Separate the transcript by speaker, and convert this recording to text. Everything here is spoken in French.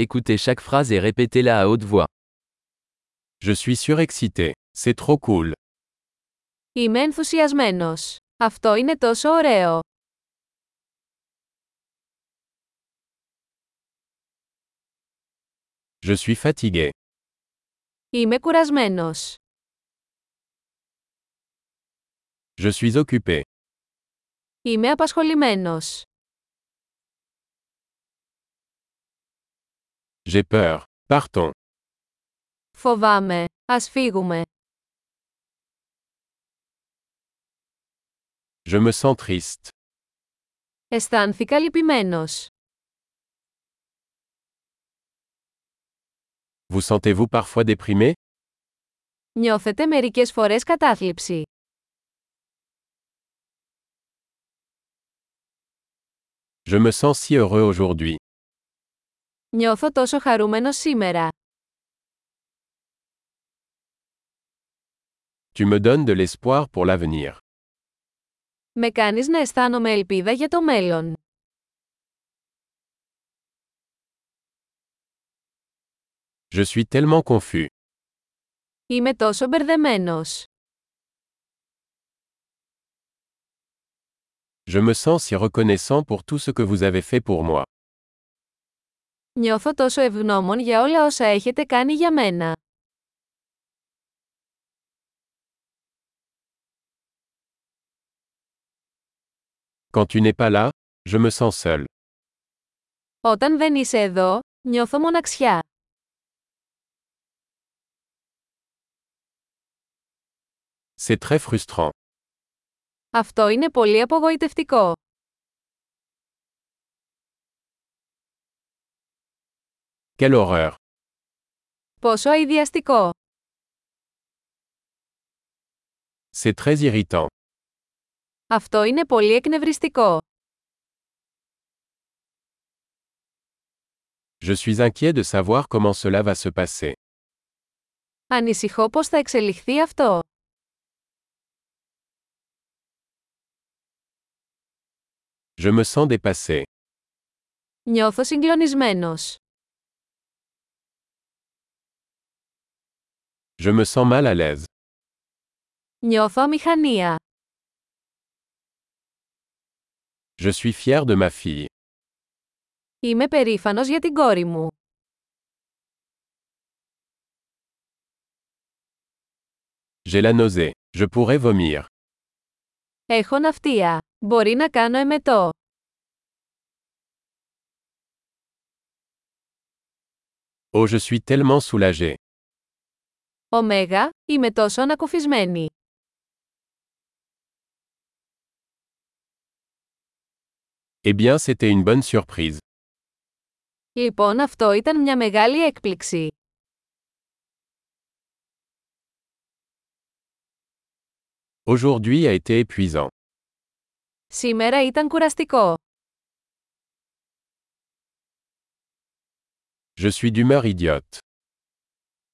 Speaker 1: Écoutez chaque phrase et répétez-la à haute voix.
Speaker 2: Je suis surexcité. C'est trop cool.
Speaker 3: Είμαι ενθουσιασμένος. Αυτό είναι τόσο ωραίο.
Speaker 2: Je suis fatigué.
Speaker 3: Είμαι κουρασμένος.
Speaker 2: Je suis occupé.
Speaker 3: Είμαι απασχολημένος.
Speaker 2: J'ai peur. Partons.
Speaker 3: Φοβάμαι. Ας φύγουμε.
Speaker 2: Je me sens triste.
Speaker 3: Αισθάνθηκα λυπημένος.
Speaker 2: Vous sentez-vous parfois déprimé
Speaker 3: Νιώθετε μερικές φορές κατάθλιψη.
Speaker 2: Je me sens si heureux aujourd'hui.
Speaker 3: Νιώθω τόσο χαρούμενος σήμερα.
Speaker 2: Tu me donnes de l'espoir pour l'avenir.
Speaker 3: Με κάνεις να αισθάνομαι ελπίδα για το μέλλον.
Speaker 2: Je suis tellement confus.
Speaker 3: Είμαι τόσο μπερδεμένος.
Speaker 2: Je me sens si reconnaissant pour tout ce que vous avez fait pour moi.
Speaker 3: Νιώθω τόσο ευγνώμων για όλα όσα έχετε κάνει για μένα.
Speaker 2: Quand tu n'es pas là, je me sens seul.
Speaker 3: Όταν δεν είσαι εδώ, νιώθω μοναξιά.
Speaker 2: C'est très frustrant.
Speaker 3: Αυτό είναι πολύ απογοητευτικό.
Speaker 2: Quelle horreur.
Speaker 3: Πόσο αειδιαστικό.
Speaker 2: C'est très irritant.
Speaker 3: Αυτό είναι πολύ εκνευριστικό.
Speaker 2: Je suis inquiet de savoir comment cela va se passer.
Speaker 3: Ανησυχώ πώς θα εξελιχθεί αυτό.
Speaker 2: Je me sens dépassé.
Speaker 3: Νιώθω συγκλονισμένος.
Speaker 2: Je me sens mal à l'aise.
Speaker 3: Νιώθω αμηχανία.
Speaker 2: Je suis fier de ma fille.
Speaker 3: Είμαι περήφανος για την κόρη μου.
Speaker 2: J'ai la nausée. Je pourrais vomir.
Speaker 3: Έχω ναυτία. Μπορεί να κάνω εμετό.
Speaker 2: Oh, je suis tellement soulagé.
Speaker 3: Ωμέγα, είμαι τόσο ανακουφισμένη.
Speaker 2: Eh bien, c'était une bonne surprise.
Speaker 3: Λοιπόν αυτό ήταν μια μεγάλη έκπληξη.
Speaker 2: Aujourd'hui a été épuisant.
Speaker 3: Σήμερα ήταν κουραστικό.
Speaker 2: Je suis d'humeur idiote.